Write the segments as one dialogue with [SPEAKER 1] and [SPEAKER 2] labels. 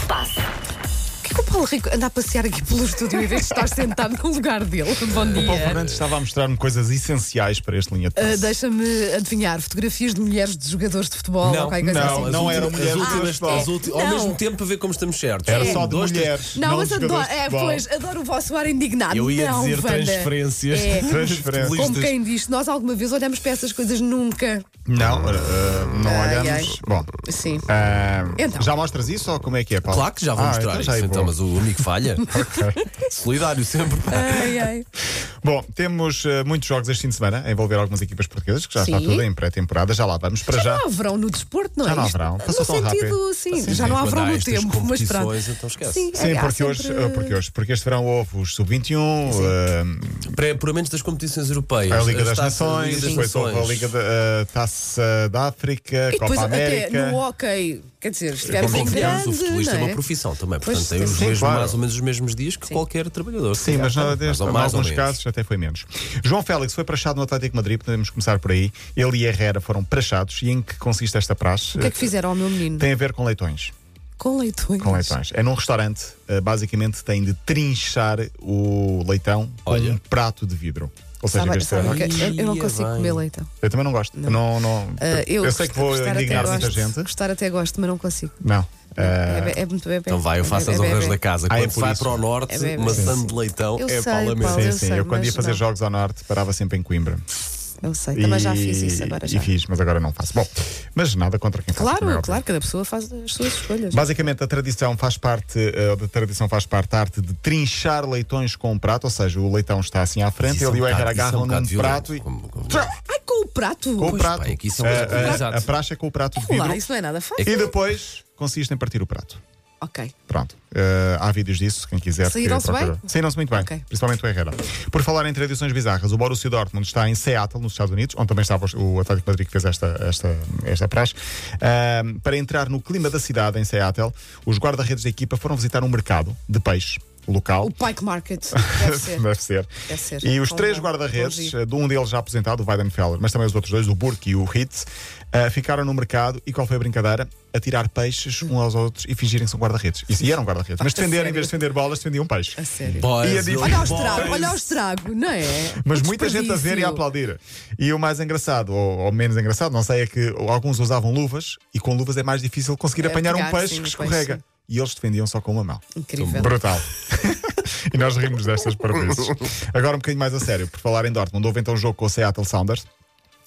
[SPEAKER 1] se passa?
[SPEAKER 2] que é que o Paulo Rico anda a passear aqui pelo estúdio em vez de estar sentado no lugar dele? Bom
[SPEAKER 3] O Paulo
[SPEAKER 2] dia.
[SPEAKER 3] Fernandes estava a mostrar-me coisas essenciais para este linha de
[SPEAKER 2] Ah,
[SPEAKER 3] passe.
[SPEAKER 2] Deixa-me adivinhar, fotografias de mulheres de jogadores de futebol ou qualquer coisa
[SPEAKER 3] não,
[SPEAKER 2] assim.
[SPEAKER 3] não
[SPEAKER 2] era
[SPEAKER 3] eram mulheres
[SPEAKER 2] Ah,
[SPEAKER 3] de
[SPEAKER 2] as
[SPEAKER 3] futebol.
[SPEAKER 2] é.
[SPEAKER 4] últimas, ao
[SPEAKER 2] Não.
[SPEAKER 4] mesmo tempo para ver como estamos certos.
[SPEAKER 3] Era
[SPEAKER 4] Um,
[SPEAKER 3] só de
[SPEAKER 4] dois, três.
[SPEAKER 3] mulheres.
[SPEAKER 2] Não,
[SPEAKER 3] de
[SPEAKER 2] mas adoro,
[SPEAKER 3] jogadores de
[SPEAKER 2] é,
[SPEAKER 3] futebol.
[SPEAKER 2] pois, adoro o vosso ar indignado.
[SPEAKER 4] Eu ia
[SPEAKER 2] não,
[SPEAKER 4] dizer
[SPEAKER 2] Wanda.
[SPEAKER 4] transferências.
[SPEAKER 2] É.
[SPEAKER 3] Transferência.
[SPEAKER 2] Como quem diz, nós alguma vez olhamos para essas coisas nunca.
[SPEAKER 3] Não, eh, não
[SPEAKER 2] Ai,
[SPEAKER 3] olhamos.
[SPEAKER 2] ai.
[SPEAKER 3] Bom.
[SPEAKER 2] Sim.
[SPEAKER 3] eh,
[SPEAKER 2] Então.
[SPEAKER 3] Já mostras isso ou como é que é, Paulo?
[SPEAKER 4] Claro que já vou
[SPEAKER 3] Ah,
[SPEAKER 4] mostrar
[SPEAKER 3] então já
[SPEAKER 4] isso,
[SPEAKER 3] é
[SPEAKER 4] então,
[SPEAKER 3] bom.
[SPEAKER 4] mas o amigo falha. Solidário sempre.
[SPEAKER 3] Ah.
[SPEAKER 2] Ai, ai.
[SPEAKER 3] Bom, temos eh, muitos jogos este fim de semana a envolver algumas equipas portuguesas, que já está
[SPEAKER 2] Sim.
[SPEAKER 3] tudo em pré-temporada, já lá vamos para
[SPEAKER 2] Já
[SPEAKER 3] já.
[SPEAKER 2] não há verão no desporto, não é?
[SPEAKER 3] Já não há
[SPEAKER 2] Isto,
[SPEAKER 3] verão. Passou
[SPEAKER 2] no
[SPEAKER 3] tão
[SPEAKER 2] sentido,
[SPEAKER 3] rápido.
[SPEAKER 2] sim, já não há
[SPEAKER 4] Quando
[SPEAKER 2] verão no
[SPEAKER 4] estas
[SPEAKER 2] tempo, mas pronto.
[SPEAKER 4] competições, então esquece.
[SPEAKER 2] é,
[SPEAKER 3] Sim,
[SPEAKER 2] há
[SPEAKER 3] porque hoje,
[SPEAKER 2] sempre-
[SPEAKER 3] eh, porque hoje, porque este verão houve os sub-21, eh,
[SPEAKER 4] Para apuramentos das competições europeias.
[SPEAKER 3] a Liga
[SPEAKER 4] as
[SPEAKER 3] das
[SPEAKER 4] taças da
[SPEAKER 3] Nações,
[SPEAKER 4] Liga das
[SPEAKER 3] depois houve a
[SPEAKER 4] Nações.
[SPEAKER 3] Liga da eh, Taça da África,
[SPEAKER 2] E depois
[SPEAKER 3] é Copa
[SPEAKER 2] até
[SPEAKER 3] América.
[SPEAKER 2] no hockey, quer dizer, estivemos em
[SPEAKER 4] Convenhamos,
[SPEAKER 2] grande,
[SPEAKER 4] o futebolista é?
[SPEAKER 2] não
[SPEAKER 4] uma profissão também, portanto
[SPEAKER 2] Pois,
[SPEAKER 4] tem os
[SPEAKER 3] sim,
[SPEAKER 4] mesmos,
[SPEAKER 3] claro.
[SPEAKER 4] mais ou menos os mesmos dias que qualquer trabalhador. se
[SPEAKER 3] Sim,
[SPEAKER 4] calhar,
[SPEAKER 3] mas nada
[SPEAKER 4] portanto,
[SPEAKER 3] deste.
[SPEAKER 4] mais ou-
[SPEAKER 3] Em
[SPEAKER 4] mais ou
[SPEAKER 3] alguns
[SPEAKER 4] menos.
[SPEAKER 3] casos até foi menos. João Félix foi prachado no Atlético de Madrid, podemos começar por aí. Ele e Herrera foram prachados. E em que consiste esta praxe?
[SPEAKER 2] O que é que fizeram ao meu menino?
[SPEAKER 3] Tem a ver com leitões.
[SPEAKER 2] Com leitões.
[SPEAKER 3] Com leitões. É num restaurante, eh, basicamente tem de trinchar o leitão com
[SPEAKER 4] Olha.
[SPEAKER 3] um prato de vidro. Ou seja,
[SPEAKER 2] Sabe-
[SPEAKER 3] este
[SPEAKER 2] sabe
[SPEAKER 3] é-
[SPEAKER 2] o que é? eu, eu não
[SPEAKER 4] Ia
[SPEAKER 2] consigo
[SPEAKER 4] bem.
[SPEAKER 2] comer leitão.
[SPEAKER 3] eu também não gosto. Não, não,
[SPEAKER 2] Ah,
[SPEAKER 3] eu, sei que
[SPEAKER 2] gostar-
[SPEAKER 3] vou
[SPEAKER 2] gostar até
[SPEAKER 3] indignar muita
[SPEAKER 2] gosto.
[SPEAKER 3] gente.
[SPEAKER 2] Gostar até gosto, mas não consigo.
[SPEAKER 3] Não.
[SPEAKER 2] É,
[SPEAKER 3] Eh,
[SPEAKER 2] be- é muito bebê.
[SPEAKER 4] Então vai, eu faço
[SPEAKER 2] É
[SPEAKER 4] as
[SPEAKER 2] bebê.
[SPEAKER 4] honras da casa.
[SPEAKER 3] Ah, é
[SPEAKER 4] Quando
[SPEAKER 3] por
[SPEAKER 4] vai
[SPEAKER 3] isso.
[SPEAKER 4] para o norte,
[SPEAKER 2] É bem,
[SPEAKER 4] uma
[SPEAKER 2] sim.
[SPEAKER 4] maçã de leitão
[SPEAKER 2] Eu
[SPEAKER 4] é
[SPEAKER 2] sei,
[SPEAKER 4] parlamento.
[SPEAKER 2] Paulo.
[SPEAKER 3] sim,
[SPEAKER 2] eu
[SPEAKER 3] sim.
[SPEAKER 2] sei,
[SPEAKER 3] eu quando ia
[SPEAKER 2] mas
[SPEAKER 3] fazer
[SPEAKER 2] não.
[SPEAKER 3] jogos ao norte parava sempre em Coimbra.
[SPEAKER 2] Eu sei, também já
[SPEAKER 3] E-
[SPEAKER 2] fiz isso agora
[SPEAKER 3] E
[SPEAKER 2] já.
[SPEAKER 3] fiz, mas agora não faço. Bom, mas nada contra quem faz. como é
[SPEAKER 2] Claro,
[SPEAKER 3] óbvio.
[SPEAKER 2] claro, cada pessoa faz as suas escolhas.
[SPEAKER 3] Basicamente, a tradição faz parte, eh, da tradição faz parte a arte de trinchar leitões com um prato, ou seja, o leitão está assim à frente,
[SPEAKER 4] Isso é um
[SPEAKER 3] ele e o Herrera
[SPEAKER 4] bocado- isso é um
[SPEAKER 3] agarram num
[SPEAKER 4] bocado violento,
[SPEAKER 3] prato e.
[SPEAKER 4] como- como-
[SPEAKER 2] Ai, com o prato!
[SPEAKER 3] Com o
[SPEAKER 2] Pois,
[SPEAKER 3] prato.
[SPEAKER 4] bem, aqui são
[SPEAKER 3] Eh,
[SPEAKER 4] os
[SPEAKER 3] eh,
[SPEAKER 4] autorizados.
[SPEAKER 3] a praxe é com o prato de vidro.
[SPEAKER 2] Lá, isso não é nada fácil.
[SPEAKER 3] E depois consiste em partir o prato.
[SPEAKER 2] Ok.
[SPEAKER 3] Pronto. Eh, há vídeos disso, quem quiser. que
[SPEAKER 2] Saíram-se
[SPEAKER 3] procura.
[SPEAKER 2] bem?
[SPEAKER 3] Saíram-se muito bem,
[SPEAKER 2] Ok.
[SPEAKER 3] principalmente o Herrera. Por falar em tradições bizarras, o Borussia Dortmund está em Seattle, nos Estados Unidos, onde também estava o Atlético de Madrid que fez esta, esta, esta praxe. Ahm, para entrar no clima da cidade em Seattle, os guarda-redes da equipa foram visitar um mercado de peixe local.
[SPEAKER 2] O Pike Market. Deve ser.
[SPEAKER 3] Deve ser.
[SPEAKER 2] Deve ser.
[SPEAKER 3] E os
[SPEAKER 2] Com
[SPEAKER 3] três
[SPEAKER 2] um-
[SPEAKER 3] guarda-redes,
[SPEAKER 2] com um
[SPEAKER 3] de um deles já aposentado, o Weidenfeller, mas também os outros dois, o Burke e o Hitz, eh, ficaram no mercado e qual foi a brincadeira? Atirar peixes uns aos outros e fingirem que são guarda-redes. Isso, e eram guarda-redes. Mas
[SPEAKER 2] A
[SPEAKER 3] defenderam, em
[SPEAKER 2] sério?
[SPEAKER 3] vez de defender bolas, defendiam peixe.
[SPEAKER 2] A sério.
[SPEAKER 4] Boys,
[SPEAKER 3] E a dif-
[SPEAKER 2] Olha o
[SPEAKER 4] boys.
[SPEAKER 2] estrago, olha o estrago, não é?
[SPEAKER 3] Mas
[SPEAKER 2] O
[SPEAKER 3] muita gente a ver e
[SPEAKER 2] desperdício.
[SPEAKER 3] a aplaudir. E o mais engraçado, ou, ou menos engraçado, não sei, é que alguns usavam luvas e com luvas é mais difícil conseguir
[SPEAKER 2] É,
[SPEAKER 3] apanhar
[SPEAKER 2] pegar,
[SPEAKER 3] um peixe
[SPEAKER 2] sim,
[SPEAKER 3] que
[SPEAKER 2] no
[SPEAKER 3] escorrega.
[SPEAKER 2] peixe,
[SPEAKER 3] E eles defendiam só com uma mão.
[SPEAKER 2] Incrível.
[SPEAKER 3] Brutal. e nós rimos destas parabéns. Agora um bocadinho mais a sério, por falar em Dortmund, houve então um jogo com o Seattle Sounders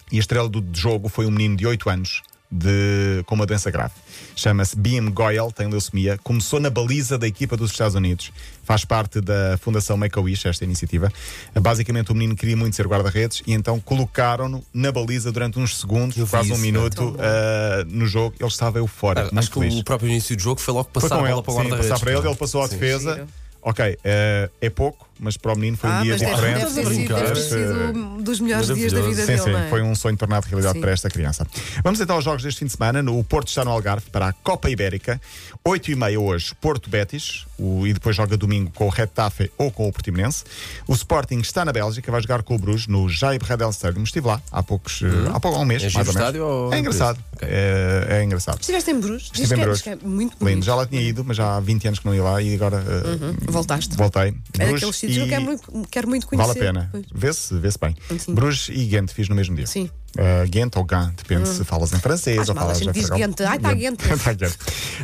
[SPEAKER 3] e a estrela do jogo foi um menino de 8 anos de, com uma doença grave. Chama-se Beam Goyle, tem leucemia. Começou na baliza da equipa dos Estados Unidos. Faz parte da Fundação Make-A-Wish, esta iniciativa. Basicamente, o menino queria muito ser guarda-redes e então colocaram-no na baliza durante uns segundos,
[SPEAKER 4] Eu vi
[SPEAKER 3] quase um
[SPEAKER 4] isso, é
[SPEAKER 3] minuto, ah, no jogo. Ele estava eufórico.
[SPEAKER 4] Ah, Acho
[SPEAKER 3] muito
[SPEAKER 4] que
[SPEAKER 3] feliz.
[SPEAKER 4] o próprio início do jogo foi logo
[SPEAKER 3] Ah, Foi
[SPEAKER 4] passar
[SPEAKER 3] com
[SPEAKER 4] a
[SPEAKER 3] ele,
[SPEAKER 4] bola para o
[SPEAKER 3] sim,
[SPEAKER 4] guarda-redes.
[SPEAKER 3] passar para ele, ele passou à
[SPEAKER 4] Sim.
[SPEAKER 3] defesa.
[SPEAKER 2] Giro.
[SPEAKER 3] Ok, eh, é pouco, mas para o menino foi um
[SPEAKER 2] Ah,
[SPEAKER 3] dia
[SPEAKER 2] mas deve,
[SPEAKER 3] diferente.
[SPEAKER 2] deve ter sido,
[SPEAKER 4] Brincar,
[SPEAKER 2] deve ter sido
[SPEAKER 3] Eh,
[SPEAKER 2] um dos melhores dias da vida
[SPEAKER 3] Sim,
[SPEAKER 2] dele,
[SPEAKER 3] sim,
[SPEAKER 2] não é?
[SPEAKER 3] foi um sonho tornado realidade
[SPEAKER 2] Sim.
[SPEAKER 3] para esta criança. Vamos então aos jogos deste fim de semana. No- O Porto está no Algarve para a Copa Ibérica. 8 e meia hoje, Porto Betis. O, e depois joga domingo com o Retafe ou com o Portimonense. O Sporting está na Bélgica, vai jogar com o Bruges no Jaime Radel Stadium. Estive lá há poucos, eh, há pouco, há um mês,
[SPEAKER 4] É giro
[SPEAKER 3] mais ou
[SPEAKER 4] o
[SPEAKER 3] menos.
[SPEAKER 4] estádio ou-
[SPEAKER 3] É engraçado.
[SPEAKER 4] Ok.
[SPEAKER 3] É, é engraçado.
[SPEAKER 2] Estiveste em Bruges? Diz
[SPEAKER 3] Estive em
[SPEAKER 2] que é- diz
[SPEAKER 3] Bruges.
[SPEAKER 2] que é muito
[SPEAKER 3] Lindo,
[SPEAKER 2] bonito.
[SPEAKER 3] já lá tinha ido, mas já há 20 anos que não ia lá e agora eh,
[SPEAKER 2] Voltaste. Uhum.
[SPEAKER 3] voltei.
[SPEAKER 2] É
[SPEAKER 3] Bruges
[SPEAKER 2] daqueles sítios que eu
[SPEAKER 3] e-
[SPEAKER 2] quero muito, quero muito conhecer.
[SPEAKER 3] Vale a pena.
[SPEAKER 2] Pois.
[SPEAKER 3] Vê-se vê bem.
[SPEAKER 2] Sim.
[SPEAKER 3] Bruges e Ghent fiz no mesmo dia.
[SPEAKER 2] Sim. Uhum.
[SPEAKER 3] Eh, Ghent ou Gant, depende se falas em francês
[SPEAKER 2] Faz
[SPEAKER 3] ou
[SPEAKER 2] mal,
[SPEAKER 3] falas
[SPEAKER 2] a gente
[SPEAKER 3] em
[SPEAKER 2] diz
[SPEAKER 3] francês.
[SPEAKER 2] Ghent. Ai, tá Ghent.
[SPEAKER 3] Tá Ghent.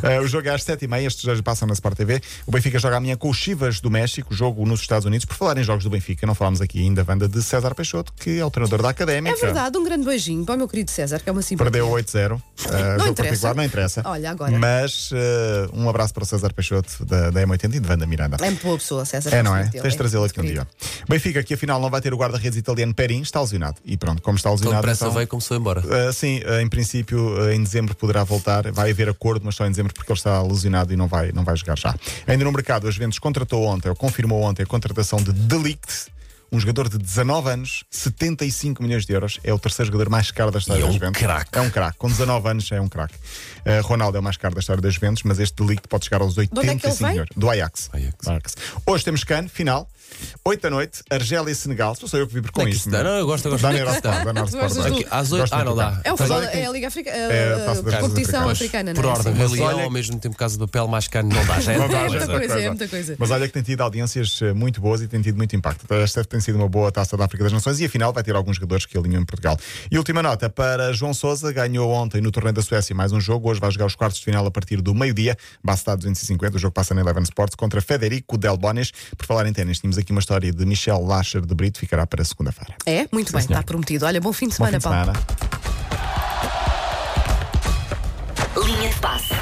[SPEAKER 3] Eh, o jogo é às 7h30, estes dois passam na Sport TV. O Benfica joga amanhã com o Chivas do México, jogo nos Estados Unidos. Por falar em jogos do Benfica, não falámos aqui ainda, banda de César Peixoto, que é o treinador da
[SPEAKER 2] É
[SPEAKER 3] Académica.
[SPEAKER 2] verdade, um grande beijinho para o meu querido César, que é uma simpatia.
[SPEAKER 3] Perdeu 8-0. eh, jogo
[SPEAKER 2] interessa.
[SPEAKER 3] particular, não interessa.
[SPEAKER 2] Olha, agora.
[SPEAKER 3] Mas eh, um abraço para o César Peixoto da, da M80 e de Vanda Miranda.
[SPEAKER 2] É uma boa pessoa, César.
[SPEAKER 3] É, não é?
[SPEAKER 2] gosto muito
[SPEAKER 3] Tens de
[SPEAKER 2] dele,
[SPEAKER 3] trazê-lo
[SPEAKER 2] é
[SPEAKER 3] aqui um
[SPEAKER 2] muito
[SPEAKER 3] dia. Benfica, que afinal não vai ter o guarda-redes italiano Perin, está lesionado. E pronto, como está
[SPEAKER 4] Então
[SPEAKER 3] lesionado.
[SPEAKER 4] depressa
[SPEAKER 3] então,
[SPEAKER 4] veio e começou a ir embora.
[SPEAKER 3] ah, sim, ah, em princípio, ah, em dezembro poderá voltar. Vai haver acordo, mas só em dezembro porque ele está lesionado e não vai, não vai jogar já. Ainda no mercado, a Juventus contratou ontem, ou confirmou ontem, a contratação de Delict. Um jogador de 19 anos, 75 milhões de euros, é o terceiro jogador mais caro da história
[SPEAKER 4] E é
[SPEAKER 3] da
[SPEAKER 4] um
[SPEAKER 3] Juventus.
[SPEAKER 4] craque.
[SPEAKER 3] É um craque. Com 19 anos é um craque. Eh, Ronaldo é o mais caro da história da Juventus, mas este delito pode chegar aos
[SPEAKER 2] onde é que ele
[SPEAKER 3] 85
[SPEAKER 2] vem?
[SPEAKER 3] milhões. Do Ajax.
[SPEAKER 4] Ajax.
[SPEAKER 3] Hoje temos CAN, final. 8 da noite, Argélia e Senegal. Só sou eu que vibro com
[SPEAKER 4] Onde é que
[SPEAKER 3] isto.
[SPEAKER 4] isso dá?
[SPEAKER 3] meu.
[SPEAKER 4] Não, eu gosto, é eu gosto.
[SPEAKER 3] Dá na Eurosport, dá na
[SPEAKER 2] Tu
[SPEAKER 3] Eurosport.
[SPEAKER 2] gostas do-
[SPEAKER 4] Aqui, às oito-
[SPEAKER 3] Gosto
[SPEAKER 4] ah,
[SPEAKER 3] muito
[SPEAKER 4] não
[SPEAKER 3] do
[SPEAKER 4] dá.
[SPEAKER 2] É o
[SPEAKER 3] Mas olha
[SPEAKER 2] futebol,
[SPEAKER 3] quem-
[SPEAKER 2] é a Liga Africa,
[SPEAKER 3] É,
[SPEAKER 2] é,
[SPEAKER 3] Taça das
[SPEAKER 2] a competição
[SPEAKER 3] Nações
[SPEAKER 2] africana,
[SPEAKER 4] Por
[SPEAKER 2] não é?
[SPEAKER 4] ordem
[SPEAKER 2] Sim.
[SPEAKER 4] radial,
[SPEAKER 3] olha-
[SPEAKER 4] ao mesmo tempo casa de papel, mais cano, não dá. Já é
[SPEAKER 3] Não
[SPEAKER 4] muita
[SPEAKER 3] dá,
[SPEAKER 4] coisa.
[SPEAKER 3] já é
[SPEAKER 2] muita coisa, é muita coisa.
[SPEAKER 3] Mas olha que tem tido audiências eh, muito boas e tem tido muito impacto. Esta tem sido uma boa taça da África das Nações e afinal vai ter alguns jogadores que alinham em Portugal. E última nota para João Sousa, ganhou ontem no torneio da Suécia mais um jogo. Hoje vai jogar os quartos de final a partir do meio-dia. Basta 250, o jogo passa na Eleven Sports contra Federico Delbones. Por falar em ténis, tínhamos aqui uma história de Michel Lacher de Brito, ficará para segunda-feira.
[SPEAKER 2] É, muito bem, está prometido. Olha, bom fim de
[SPEAKER 3] Bom
[SPEAKER 2] semana,
[SPEAKER 3] fim de
[SPEAKER 2] Paulo.
[SPEAKER 3] semana.
[SPEAKER 1] Linha de passe.